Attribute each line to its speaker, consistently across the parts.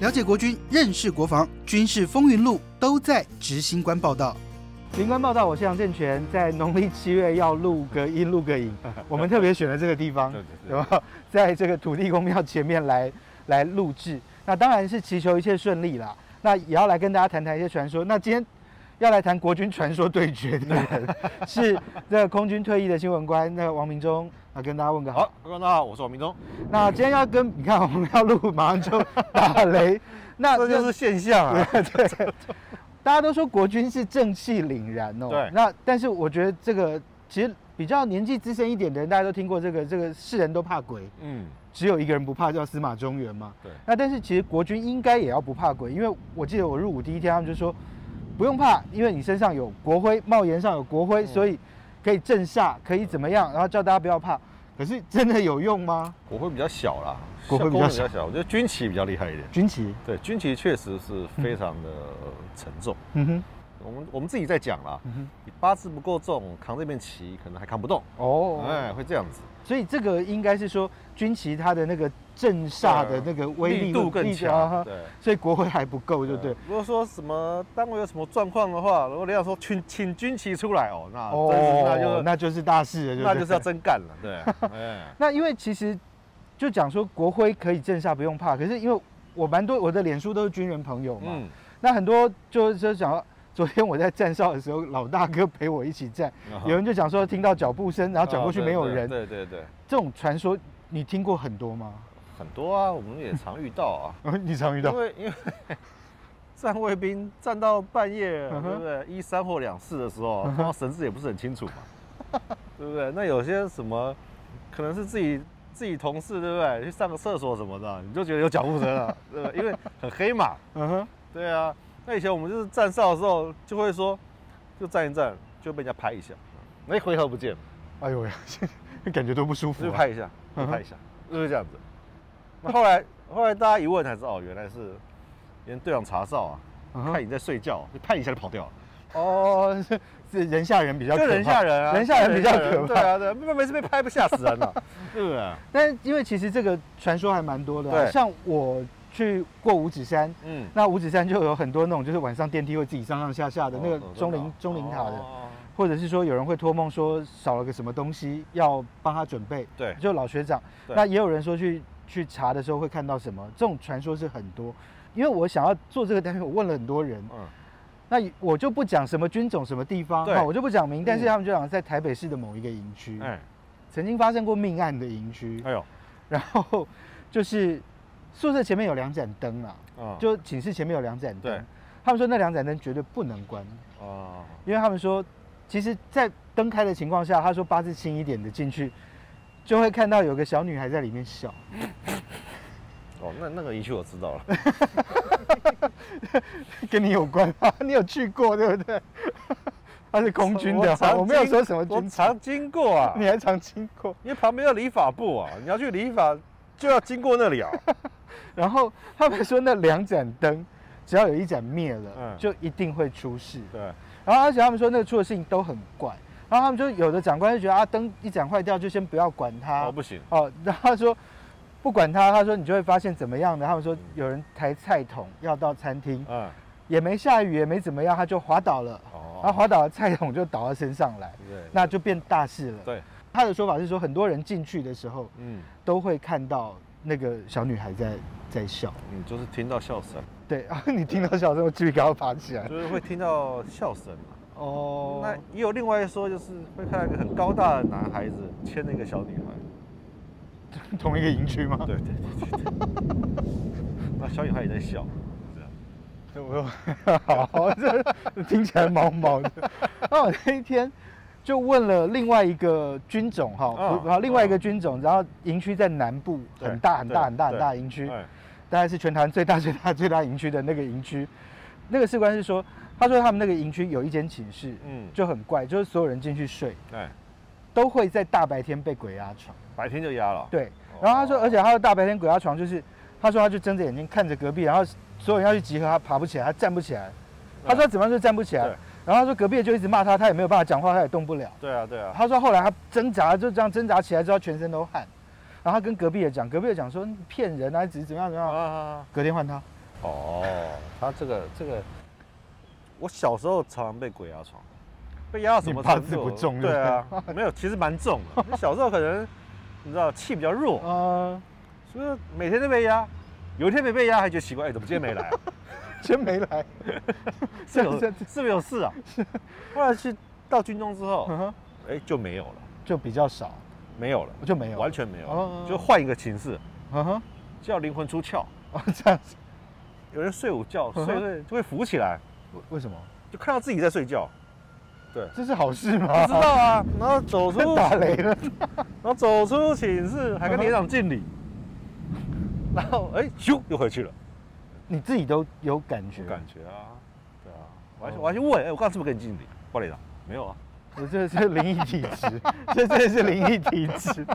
Speaker 1: 了解国军，认识国防，军事风云录都在执行官报道。
Speaker 2: 林官报道，我是杨正全，在农历七月要录个音、录 个影，我们特别选了这个地方，对吧？ 在这个土地公庙前面来来录制，那当然是祈求一切顺利啦。那也要来跟大家谈谈一些传说。那今天要来谈国军传说对决 的人是这个空军退役的新闻官，那个王明忠啊，跟大家问个好。
Speaker 3: 好，各位观众好，我是王明忠。
Speaker 2: 那今天要跟你看，我们要录，马上就打 雷，那
Speaker 3: 这就是现象啊。
Speaker 2: 对，对大家都说国军是正气凛然哦。
Speaker 3: 对
Speaker 2: 那但是我觉得这个其实比较年纪资深一点的人，大家都听过这个，这个世人都怕鬼，
Speaker 3: 嗯，
Speaker 2: 只有一个人不怕，叫司马中原嘛。
Speaker 3: 对
Speaker 2: 那但是其实国军应该也要不怕鬼，因为我记得我入伍第一天，他们就说不用怕，因为你身上有国徽，帽檐上有国
Speaker 3: 嗯
Speaker 2: 徽，所以可以镇煞，可以怎么样，然后叫大家不要怕。可是真的有用吗？
Speaker 3: 国徽比较小啦，
Speaker 2: 国徽比
Speaker 3: 功
Speaker 2: 较
Speaker 3: 能
Speaker 2: 小
Speaker 3: 比较小，我觉得军旗比较厉害一点。
Speaker 2: 军旗，
Speaker 3: 对，军旗确实是非常的呃沉重。
Speaker 2: 嗯哼，
Speaker 3: 我们我们自己在讲啦，
Speaker 2: 嗯
Speaker 3: 你八字不够重，扛这面旗可能还扛不动，
Speaker 2: 哼，哦，
Speaker 3: 哎，会这样子。
Speaker 2: 所以这个应该是说军旗它的那个镇煞的那个威力
Speaker 3: 力度更强，
Speaker 2: 啊
Speaker 3: 对。
Speaker 2: 所以国徽还不够，对不对
Speaker 3: 呃？如果说什么单位有什么状况的话，如果你想说请请军旗出来哦，那真是那就是
Speaker 2: 哦那就是大事了，
Speaker 3: 那就是要
Speaker 2: 真。
Speaker 3: 真干了，对，哎，
Speaker 2: 那因为其实就讲说国徽可以镇煞，不用怕。可是因为我蛮多我的脸书都是军人朋友嘛，
Speaker 3: 嗯
Speaker 2: 那很多就是就讲到昨天我在站哨的时候，老大哥陪我一起站，有人就讲说听到脚步声，然后转过去没有人，
Speaker 3: 嗯啊对对对对，
Speaker 2: 这种传说你听过很多吗？
Speaker 3: 很多啊，我们也常遇到啊，
Speaker 2: 你 常遇
Speaker 3: 因
Speaker 2: 到？
Speaker 3: 为因为 站卫兵站到半夜，啊
Speaker 2: 嗯哼嗯
Speaker 3: 对不对？一三或两四的时候，通常神志也不是很清楚嘛， 对不对？那有些什么，可能是自己。自己同事对不对？去上个厕所什么的，你就觉得有脚步 声了，对不对？因为很黑嘛，
Speaker 2: 嗯哼，
Speaker 3: 对啊，那以前我们就是站哨的时候，就会说，就站一站，就被人家拍一下，那一回合不见，
Speaker 2: 哎呦呀， 感觉都不舒服、
Speaker 3: 就
Speaker 2: 啊。
Speaker 3: 拍一下，就
Speaker 2: 嗯哼
Speaker 3: 拍一下，就是这样子。那后来后来大家一问才知道，哦，原来是连队长查哨
Speaker 2: 嗯
Speaker 3: 啊，
Speaker 2: 哼
Speaker 3: 看你在睡觉，就拍一下就跑掉了，
Speaker 2: 哦，是是人吓人比较可
Speaker 3: 就
Speaker 2: 怕，
Speaker 3: 人吓人啊，
Speaker 2: 人吓人比较可
Speaker 3: 对
Speaker 2: 怕。
Speaker 3: 啊，对啊，没没事被拍不吓死人了， 对不啊对？
Speaker 2: 但是因为其实这个传说还蛮多的啊、
Speaker 3: 对
Speaker 2: 像我去过五指山，
Speaker 3: 嗯，
Speaker 2: 那五指山就有很多那种就是晚上电梯会自己上上下下的、那个
Speaker 3: 哦真的
Speaker 2: 钟灵、
Speaker 3: 哦
Speaker 2: 钟灵塔的，
Speaker 3: 哦
Speaker 2: 或者是说有人会托梦说少了个什么东西要帮他准备，
Speaker 3: 对
Speaker 2: 就老学长。
Speaker 3: 对
Speaker 2: 那也有人说去去查的时候会看到什么，这种传说是很多。因为我想要做这个单元，我问了很多人，
Speaker 3: 嗯，
Speaker 2: 那我就不讲什么军种、什么地方，
Speaker 3: 对
Speaker 2: 哈我就不讲名，但是
Speaker 3: 嗯
Speaker 2: 他们就讲在台北市的某一个营区，
Speaker 3: 哎，
Speaker 2: 曾经发生过命案的营区，
Speaker 3: 哎呦，
Speaker 2: 然后就是宿舍前面有两盏灯啊，
Speaker 3: 嗯，
Speaker 2: 就寝室前面有两盏
Speaker 3: 对
Speaker 2: 灯，他们说那两盏灯绝对不能关，
Speaker 3: 哦，
Speaker 2: 因为他们说，其实，在灯开的情况下，他说八字轻一点的进去，就会看到有个小女孩在里面笑，
Speaker 3: 哦，那那个一句我知道了，
Speaker 2: 跟你有关啊， 你有去过对不对？ 他是 空军的，
Speaker 3: 常
Speaker 2: 我没有
Speaker 3: 经
Speaker 2: 说什么
Speaker 3: 我
Speaker 2: 军
Speaker 3: 常经过啊，
Speaker 2: 你还常经过。
Speaker 3: 因为旁边有理发部啊，你要去理发就要经过 那里啊。
Speaker 2: 然后他们说那两盏灯，只要有一盏灭了，
Speaker 3: 嗯
Speaker 2: 就一定会出事。
Speaker 3: 对，
Speaker 2: 然后而且他们说那个出的事情都很怪，然后他们就有的长官就觉得啊灯一盏坏掉就先不要管它，
Speaker 3: 哦不行，
Speaker 2: 哦，然后他说不管它，他说你就会发现怎么样的。他们说有人抬菜桶要到餐厅，
Speaker 3: 嗯，
Speaker 2: 也没下雨也没怎么样，他就滑倒了，然后
Speaker 3: 哦，
Speaker 2: 滑倒了菜桶就倒到身上来，
Speaker 3: 对，
Speaker 2: 那就变大事了。
Speaker 3: 对，
Speaker 2: 他的说法是说很多人进去的时候
Speaker 3: 嗯
Speaker 2: 都会看到那个小女孩在在笑。
Speaker 3: 嗯，就是听到笑声，
Speaker 2: 对， 然后你听到笑声，我鸡皮疙瘩爬起来。
Speaker 3: 就是会听到笑声嘛。
Speaker 2: 哦，
Speaker 3: 那也有另外一说，就是会看到一个很高大的男孩子牵那个小女孩。
Speaker 2: 同一个营区吗？
Speaker 3: 对对对对对。 那小女孩也在笑，这样
Speaker 2: 我 又好，这听起来毛毛的。 那我那一天就问了另外一个军种哈，
Speaker 3: 嗯
Speaker 2: 然后另外一个军种，然后营区在南部，
Speaker 3: 对
Speaker 2: 很大很大
Speaker 3: 对
Speaker 2: 很大很大的
Speaker 3: 对
Speaker 2: 营区，
Speaker 3: 哎
Speaker 2: 大概是全台湾最大最大最大营区的那个营区。那个士官是说，他说他们那个营区有一间寝室，
Speaker 3: 嗯，
Speaker 2: 就很怪，就是所有人进去睡
Speaker 3: 哎，
Speaker 2: 都会在大白天被鬼压床。
Speaker 3: 白天就压了。，
Speaker 2: 对，然后他说，
Speaker 3: 哦
Speaker 2: 而且他的大白天鬼压床就是，他说他就睁着眼睛看着隔壁，然后所有人要去集合，他爬不起来，他站不起来。他说他怎么样就站不起来
Speaker 3: 对，
Speaker 2: 然后他说隔壁的就一直骂他，他也没有办法讲话，他也动不了。
Speaker 3: 对啊对 啊，
Speaker 2: 他说后来他挣扎，就这样挣扎起来之后全身都汗，然后他跟隔壁的讲，隔壁的讲说你骗人啊，只是怎么样怎么样。
Speaker 3: 啊，
Speaker 2: 隔天换他，
Speaker 3: 哦，他这个这个，我小时候常常被鬼压床，被压到什么
Speaker 2: 你八
Speaker 3: 程
Speaker 2: 字
Speaker 3: 度
Speaker 2: 不重
Speaker 3: 对啊， 没有，其实蛮重的。小时候可能你知道气比较弱，呃
Speaker 2: 啊，
Speaker 3: 所以每天都被压。有一天没被压，还觉得奇怪，哎，怎么今天没 来、啊？
Speaker 2: 真没来，
Speaker 3: 是有
Speaker 2: 这
Speaker 3: 是
Speaker 2: 这
Speaker 3: 不是有事啊？后来去到军中之后，
Speaker 2: 嗯哼
Speaker 3: 哎，就没有了，
Speaker 2: 就比较少，
Speaker 3: 没有了，
Speaker 2: 就没有了
Speaker 3: 完全没有了，
Speaker 2: 哦
Speaker 3: 就换一个形式，
Speaker 2: 嗯哼，
Speaker 3: 叫灵魂出窍。
Speaker 2: 哦这样子，
Speaker 3: 有人睡午觉，
Speaker 2: 嗯哼
Speaker 3: 睡睡就会浮起来，
Speaker 2: 为为什么？
Speaker 3: 就看到自己在睡觉，
Speaker 2: 这是好事
Speaker 3: 不
Speaker 2: 吗？
Speaker 3: 知道啊。然后走出，
Speaker 2: 真 打雷了，
Speaker 3: 然后走出寝室，还跟连长敬礼，然后哎，咻又回去了，
Speaker 2: 你自己都有感觉？
Speaker 3: 有感觉啊，对啊，我还去
Speaker 2: 哦
Speaker 3: 我还去问，哎，我刚刚是不是跟你敬礼？报连长，没有啊，
Speaker 2: 我这是灵异体质，这真的是灵异体质。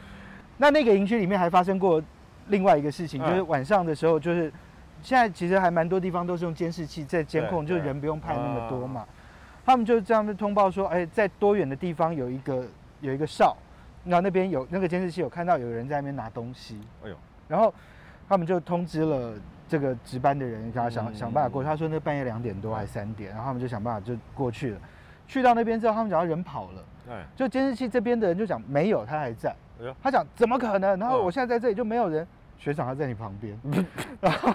Speaker 2: 那那个营区里面还发生过另外一个事情，
Speaker 3: 嗯
Speaker 2: 就是晚上的时候，就是现在其实还蛮多地方都是用监视器在监控，
Speaker 3: 对
Speaker 2: 就
Speaker 3: 对啊
Speaker 2: 人不用派那么多嘛。他们就这样就通报说，哎，在多远的地方有一个有一个哨，然后那边有那个监视器有看到有人在那边拿东西，
Speaker 3: 哎呦，
Speaker 2: 然后他们就通知了这个值班的人，让他想、
Speaker 3: 嗯
Speaker 2: 想办法过去。他说那半夜两点多还是三点，然后他们就想办法就过去了。去到那边之后，他们讲到人跑了，
Speaker 3: 哎，
Speaker 2: 就监视器这边的人就讲没有，他还在。
Speaker 3: 哎 呦，
Speaker 2: 他讲怎么可能？然后
Speaker 3: 嗯
Speaker 2: 我现在在这里就没有人，学长他在你旁边。 然后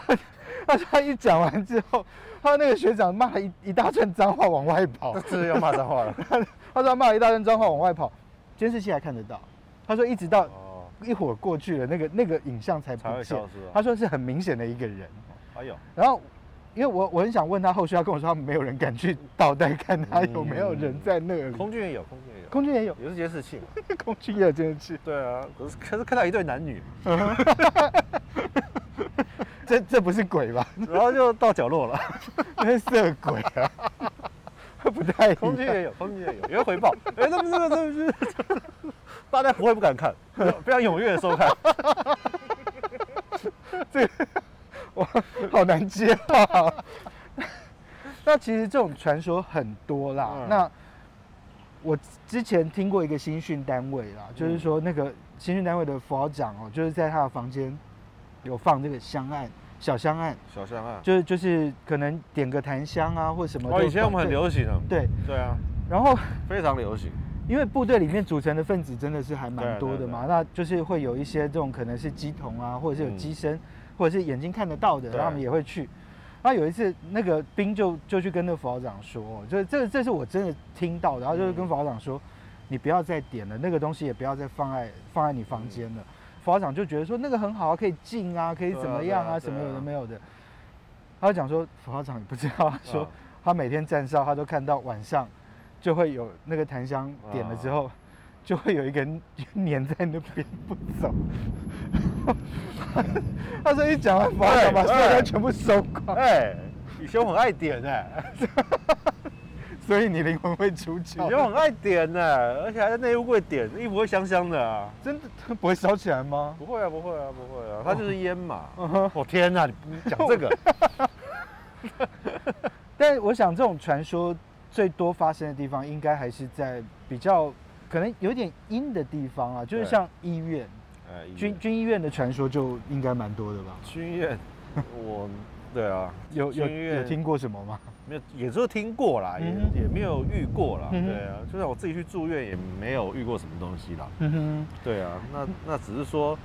Speaker 2: 他他一讲完之后，他那个学长骂了一一大串脏话往外跑，
Speaker 3: 真的要骂脏话了。
Speaker 2: 他说他骂了一大串脏话往外跑，监视器还看得到。他说一直到
Speaker 3: 哦，
Speaker 2: 一会儿过去了，那个那个影像才
Speaker 3: 才
Speaker 2: 不
Speaker 3: 会
Speaker 2: 见
Speaker 3: 消失啊。
Speaker 2: 他说是很明显的一个人。
Speaker 3: 哎呦，
Speaker 2: 然后，因为我我很想问他后续，他跟我说他们没有人敢去倒带看他有没有人在那里。
Speaker 3: 空军也有，嗯空军也有，
Speaker 2: 空军也有，
Speaker 3: 也是监视器嘛。
Speaker 2: 空军也有监视器，
Speaker 3: 对啊，可是可是看到一对男女，
Speaker 2: 这这不是鬼吧？
Speaker 3: 然后就到角落了。
Speaker 2: 那是色鬼啊， 不太一样
Speaker 3: 空军也有，空军也有，也会 回报。哎、那不是，那不是，大家不会不敢 看，非常踊跃的收看。
Speaker 2: 好难接话。 那其实这种传说很多啦。
Speaker 3: 嗯
Speaker 2: 那我之前听过一个新训单位
Speaker 3: 嗯
Speaker 2: 啦，就是说那个新训单位的副校长哦，就是在他的房间有放这个香案、小香案，
Speaker 3: 小香啊，
Speaker 2: 就是就是可能点个檀香啊或什么。
Speaker 3: 哦，以前我们很流行的，
Speaker 2: 对，
Speaker 3: 对啊，
Speaker 2: 然后
Speaker 3: 非常流行。
Speaker 2: 因为部队里面组成的分子真的是还蛮多的嘛，
Speaker 3: 对
Speaker 2: 那就是会有一些这种可能是鸡童啊，或者是有鸡生，或者是眼睛看得到的，
Speaker 3: 对
Speaker 2: 然后他们也会去。然后有一次，那个兵就就去跟那个副校长说，就是这这是我真的听到的，然后就是跟副校长说，你不要再点了，那个东西也不要再放在放在你房间
Speaker 3: 嗯
Speaker 2: 了。副校长就觉得说那个很好啊，可以进啊，可以怎么样啊，
Speaker 3: 对啊对啊
Speaker 2: 什么
Speaker 3: 对啊
Speaker 2: 有的没有的。他就讲说，副校长也不知道，他说、
Speaker 3: 啊
Speaker 2: 他每天站哨，他都看到晚上就会有那个檀香点了之后，就会有一个人粘在那边不走。他说一讲完，法长把
Speaker 3: 对
Speaker 2: 塑
Speaker 3: 对
Speaker 2: 料全部收光，
Speaker 3: 哎、以前我很爱点哎、
Speaker 2: 所以你灵魂会出
Speaker 3: 以前我
Speaker 2: 窍。
Speaker 3: 很爱点呢、而且还在内务柜点，衣服会香香的啊。
Speaker 2: 真的不会烧起来吗？
Speaker 3: 不会啊，不会啊，不会啊，它就是烟嘛。
Speaker 2: 嗯哼。
Speaker 3: 我、天哪、你你讲这 个，
Speaker 2: 哎但我想这种传说最多发生的地方，应该还是在比较可能有点阴的地方啊，就是
Speaker 3: 对
Speaker 2: 像医院、
Speaker 3: 哎，
Speaker 2: 军军医院的传说就应该蛮多的吧？
Speaker 3: 军院， 我，对啊，
Speaker 2: 有有
Speaker 3: 军院
Speaker 2: 有听过什么吗？
Speaker 3: 没有，也就是听过啦，也、
Speaker 2: 嗯哼
Speaker 3: 也没有遇过啦。
Speaker 2: 嗯哼
Speaker 3: 对啊，就算我自己去住院，也没有遇过什么东西啦。
Speaker 2: 嗯哼。
Speaker 3: 对啊，那那只是说，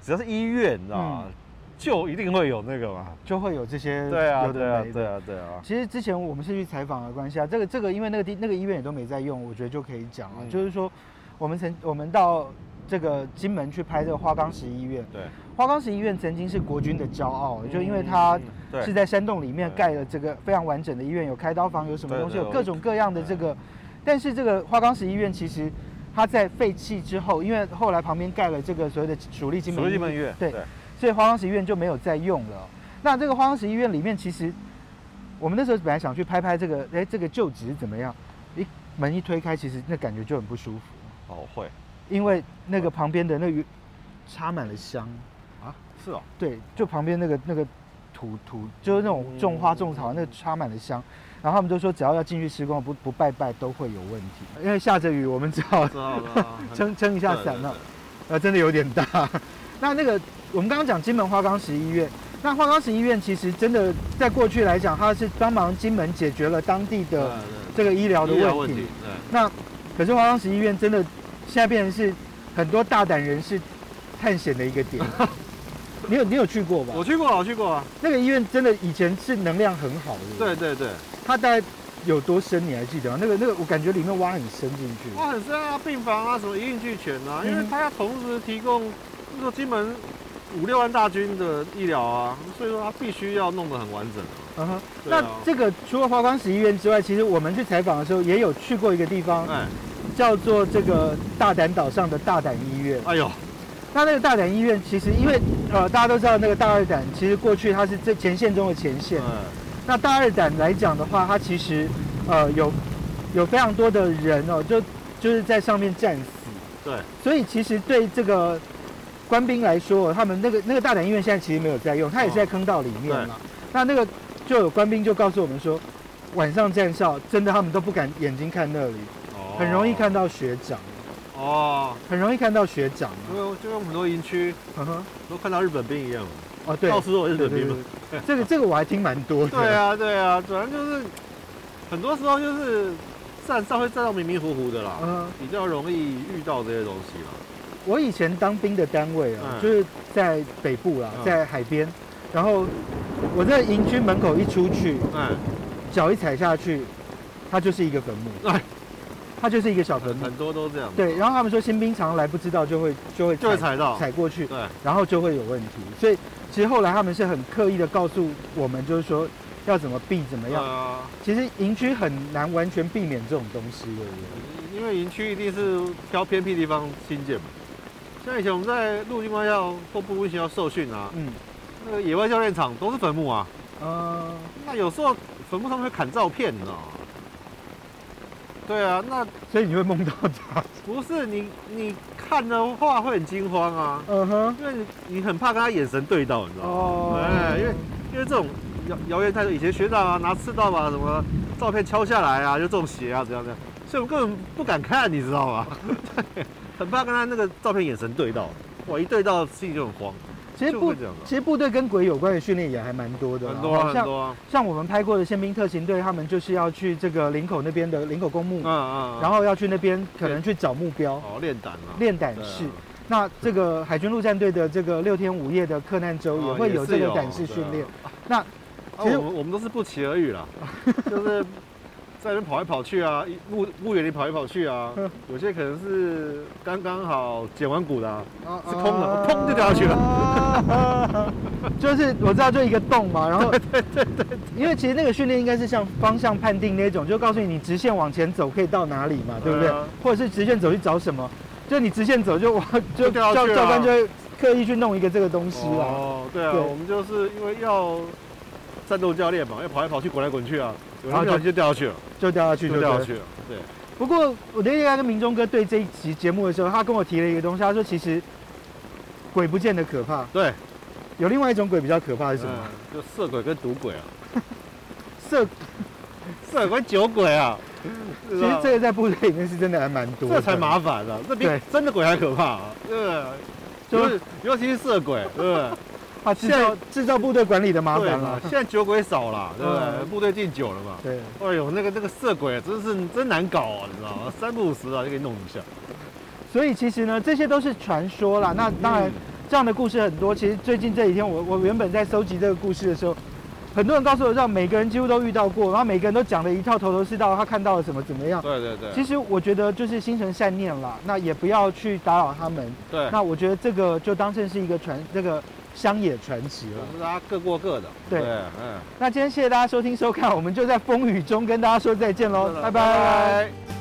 Speaker 3: 只要是医院，你知道吗？
Speaker 2: 嗯
Speaker 3: 就一定会有那个嘛。
Speaker 2: 就会有这些
Speaker 3: 对啊，
Speaker 2: 有的
Speaker 3: 对啊
Speaker 2: 没，的
Speaker 3: 对啊，对啊。
Speaker 2: 其实之前我们是去采访的关系啊，这个这个因为那个地那个医院也都没在用，我觉得就可以讲啊，
Speaker 3: 嗯
Speaker 2: 就是说我们曾我们到这个金门去拍这个花岗石医院，
Speaker 3: 对，啊
Speaker 2: 花岗石医院曾经是国军的骄傲，就因为
Speaker 3: 嗯
Speaker 2: 它
Speaker 3: 嗯对
Speaker 2: 是在山洞里面
Speaker 3: 对
Speaker 2: 盖了这个非常完整的医院，有开刀房，有什么
Speaker 3: 对
Speaker 2: 东西，
Speaker 3: 对
Speaker 2: 有
Speaker 3: 我
Speaker 2: 各种各样的这个，但是这个花岗石医院其实。它在废弃之后，因为后来旁边盖了这个所谓的主力金门
Speaker 3: 属于金门医院，
Speaker 2: 对，所以花岗石医院就没有再用了。那这个花岗石医院里面，其实我们那时候本来想去拍拍这个，哎，这个旧址怎么样？一门一推开，其实那感觉就很不舒服，
Speaker 3: 好哦会
Speaker 2: 因为那个旁边的那个插满了香，
Speaker 3: 啊，是哦，
Speaker 2: 对，就旁边那个那个土土，就是那种种花种草，那个插满了香。然后他们就说，只要要进去施工，不不拜拜都会有问题。因为下着雨，我们只好
Speaker 3: 知道了
Speaker 2: 撑撑 一下伞呢。呃，真的有点大。那那个我们刚刚讲金门花岗石医院，那花岗石医院其实真的在过去来讲，它是帮忙金门解决了当地的这个医疗的
Speaker 3: 嗯医疗
Speaker 2: 问
Speaker 3: 问
Speaker 2: 题
Speaker 3: 题。，对，
Speaker 2: 那可是花岗石医院真的现在变成是很多大胆人士探险的一个 点。你有你有去过吧？
Speaker 3: 我去过，我去过啊，
Speaker 2: 那个医院真的以前是能量很好的，
Speaker 3: 对，对对，
Speaker 2: 它大概有多深你还记得吗？那个那个我感觉里面挖很深进去。
Speaker 3: 哇，很深啊，病房啊，什么一应俱全啊，因为
Speaker 2: 嗯
Speaker 3: 它要同时提供，那个金门五六万大军的医疗啊，所以说它必须要弄得很完整啊。
Speaker 2: 嗯哼，
Speaker 3: 对
Speaker 2: 那
Speaker 3: 啊
Speaker 2: 这个除了花岗石医院之外，其实我们去采访的时候也有去过一个地方，
Speaker 3: 哎
Speaker 2: 叫做这个大胆岛上的大胆医院。
Speaker 3: 哎呦，
Speaker 2: 那那个大胆医院其实因为呃大家都知道那个大二胆，其实过去它是这前线中的前线。
Speaker 3: 哎
Speaker 2: 那大二胆来讲的话，它其实呃有有非常多的人哦，就就是在上面战死。
Speaker 3: 对，
Speaker 2: 所以其实对这个官兵来说，他们那个那个大胆医院现在其实没有在用，它也是在坑道里面嘛。那那个就有官兵就告诉我们说，晚上站哨真的他们都不敢眼睛看那里，
Speaker 3: 哦
Speaker 2: 很容易看到学长，
Speaker 3: 哦，
Speaker 2: 很容易看到学长。
Speaker 3: 因为就跟很多营区
Speaker 2: 嗯哼，
Speaker 3: 都看到日本兵一样嘛，
Speaker 2: 哦对，
Speaker 3: 到处都有日
Speaker 2: 对
Speaker 3: 本
Speaker 2: 对
Speaker 3: 兵
Speaker 2: 对
Speaker 3: 嘛。，
Speaker 2: 对这个这个我还听蛮多的。
Speaker 3: 对，啊，对啊，主要就是很多时候就是站上会站到迷迷糊糊的啦，
Speaker 2: 嗯。
Speaker 3: 比较容易遇到这些东西啦。
Speaker 2: 我以前当兵的单位啊，
Speaker 3: 嗯
Speaker 2: 就是在北部啦，
Speaker 3: 嗯
Speaker 2: 在海边，然后我在营区门口一出去，
Speaker 3: 哎，
Speaker 2: 脚一踩下去，它就是一个坟墓，
Speaker 3: 哎
Speaker 2: 它就是一个小坟
Speaker 3: 很
Speaker 2: 墓。
Speaker 3: 很多都这样。
Speaker 2: 对，然后他们说新兵常来不知道就会就会
Speaker 3: 就会踩到。
Speaker 2: 踩过去，
Speaker 3: 对，
Speaker 2: 然后就会有问题。所以其实后来他们是很刻意的告诉我们，就是说要怎么避怎么样。
Speaker 3: 呃，
Speaker 2: 其实营区很难完全避免这种东西，对不对？
Speaker 3: 因为营区一定是挑偏僻地方新建嘛。像以前我们在陆军官校或步兵学校受训啊，
Speaker 2: 嗯，
Speaker 3: 那个野外教练场都是坟墓啊。
Speaker 2: 呃，
Speaker 3: 那有时候坟墓上面会砍照片，你知道吗？对啊，那
Speaker 2: 所以你会梦到它。
Speaker 3: 不是你你看的话会很惊慌啊，
Speaker 2: 嗯哼，
Speaker 3: 因为你你很怕跟他眼神对到，你知道吗？
Speaker 2: 哦，
Speaker 3: 哎，因为因为这种谣谣言太多，以前学长啊拿刺刀把什么照片敲下来啊，就中邪啊，怎样怎样，所以我们根本不敢看，你知道吗？ 对，很怕跟他那个照片眼神对到，哇，一对到心里就很慌，
Speaker 2: 其实
Speaker 3: 就
Speaker 2: 部
Speaker 3: 会这样的啊
Speaker 2: 其实部队跟鬼有关的训练也还蛮多的啦，
Speaker 3: 很多啊
Speaker 2: 好
Speaker 3: 很
Speaker 2: 像
Speaker 3: 多啊，
Speaker 2: 像我们拍过的宪兵特勤队，他们就是要去这个林口那边的林口公墓
Speaker 3: 嗯，嗯，
Speaker 2: 然
Speaker 3: 后
Speaker 2: 后要去那边可能去找目标
Speaker 3: 哦练胆啊，
Speaker 2: 练胆
Speaker 3: 对啊
Speaker 2: 士。那这个海军陆战队的这个六天五夜的克难周也
Speaker 3: 哦
Speaker 2: 会有
Speaker 3: 是
Speaker 2: 这个胆士训练。
Speaker 3: 对
Speaker 2: 那
Speaker 3: 啊啊
Speaker 2: 其实
Speaker 3: 我们我们都是不期 而遇啦，就是在那边跑来跑去啊，一墓墓园里跑来跑去啊
Speaker 2: 嗯，
Speaker 3: 有些可能是刚刚好捡完骨的、啊，
Speaker 2: 是
Speaker 3: 是空的我砰就掉下去
Speaker 2: 了。 就是我知道就一个洞嘛，然 后对对对因为其实那个训练应该是像方向判定那种，就告诉你你直线往前走可以到哪里嘛，对不对
Speaker 3: 对啊？
Speaker 2: 或者是直线走去找什么，就你直线走就往就
Speaker 3: 就掉
Speaker 2: 教
Speaker 3: 下去啊
Speaker 2: 教官就会刻意去弄一个这个东西啦。
Speaker 3: 哦，对啊，
Speaker 2: 对
Speaker 3: 我们就是因为要战斗教练嘛，要跑来跑去，滚来滚去啊，有
Speaker 2: 然后
Speaker 3: 人
Speaker 2: 就
Speaker 3: 不小心就掉下去了，
Speaker 2: 就掉下去就
Speaker 3: 就
Speaker 2: 对了
Speaker 3: 掉下去了，对，
Speaker 2: 不过我那天跟明忠哥对这一集节目的时候，他跟我提了一个东西，他说其实鬼不见得可怕，
Speaker 3: 对，
Speaker 2: 有另外一种鬼比较可怕是什么？
Speaker 3: 嗯就色鬼跟赌鬼啊，
Speaker 2: 色，
Speaker 3: 色鬼跟酒 鬼啊，其
Speaker 2: 其实这个在部队里面是真的还蛮多的，
Speaker 3: 这才麻烦啊，这比
Speaker 2: 对
Speaker 3: 真的鬼还可怕啊！对，
Speaker 2: 就
Speaker 3: 就是尤其是色鬼，对不
Speaker 2: 啊，制造制造部队管理的麻
Speaker 3: 对？对
Speaker 2: 烦
Speaker 3: 嘛
Speaker 2: 了，。
Speaker 3: 现在酒鬼少了，对不对？
Speaker 2: 嗯
Speaker 3: 部队禁酒了嘛。
Speaker 2: 对，
Speaker 3: 哎呦，那个那个色鬼啊真是真难搞啊，你知道吗？三不五时啊就给你弄一下。
Speaker 2: 所以其实呢，这些都是传说啦。那当然
Speaker 3: 嗯，
Speaker 2: 这样的故事很多。其实最近这几天我，我原本在搜集这个故事的时候，很多人告诉我，让每个人几乎都遇到过，然后每个人都讲了一套头头是道，他看到了什么怎么样。
Speaker 3: 对对对，
Speaker 2: 啊其实我觉得就是心存善念啦，那也不要去打扰他们。
Speaker 3: 对，
Speaker 2: 那我觉得这个就当成是一个传这个乡野传奇了。
Speaker 3: 就是大家各过各的。
Speaker 2: 对
Speaker 3: 嗯，
Speaker 2: 那今天谢谢大家收听收看，我们就在风雨中跟大家说再见喽，拜拜
Speaker 3: 拜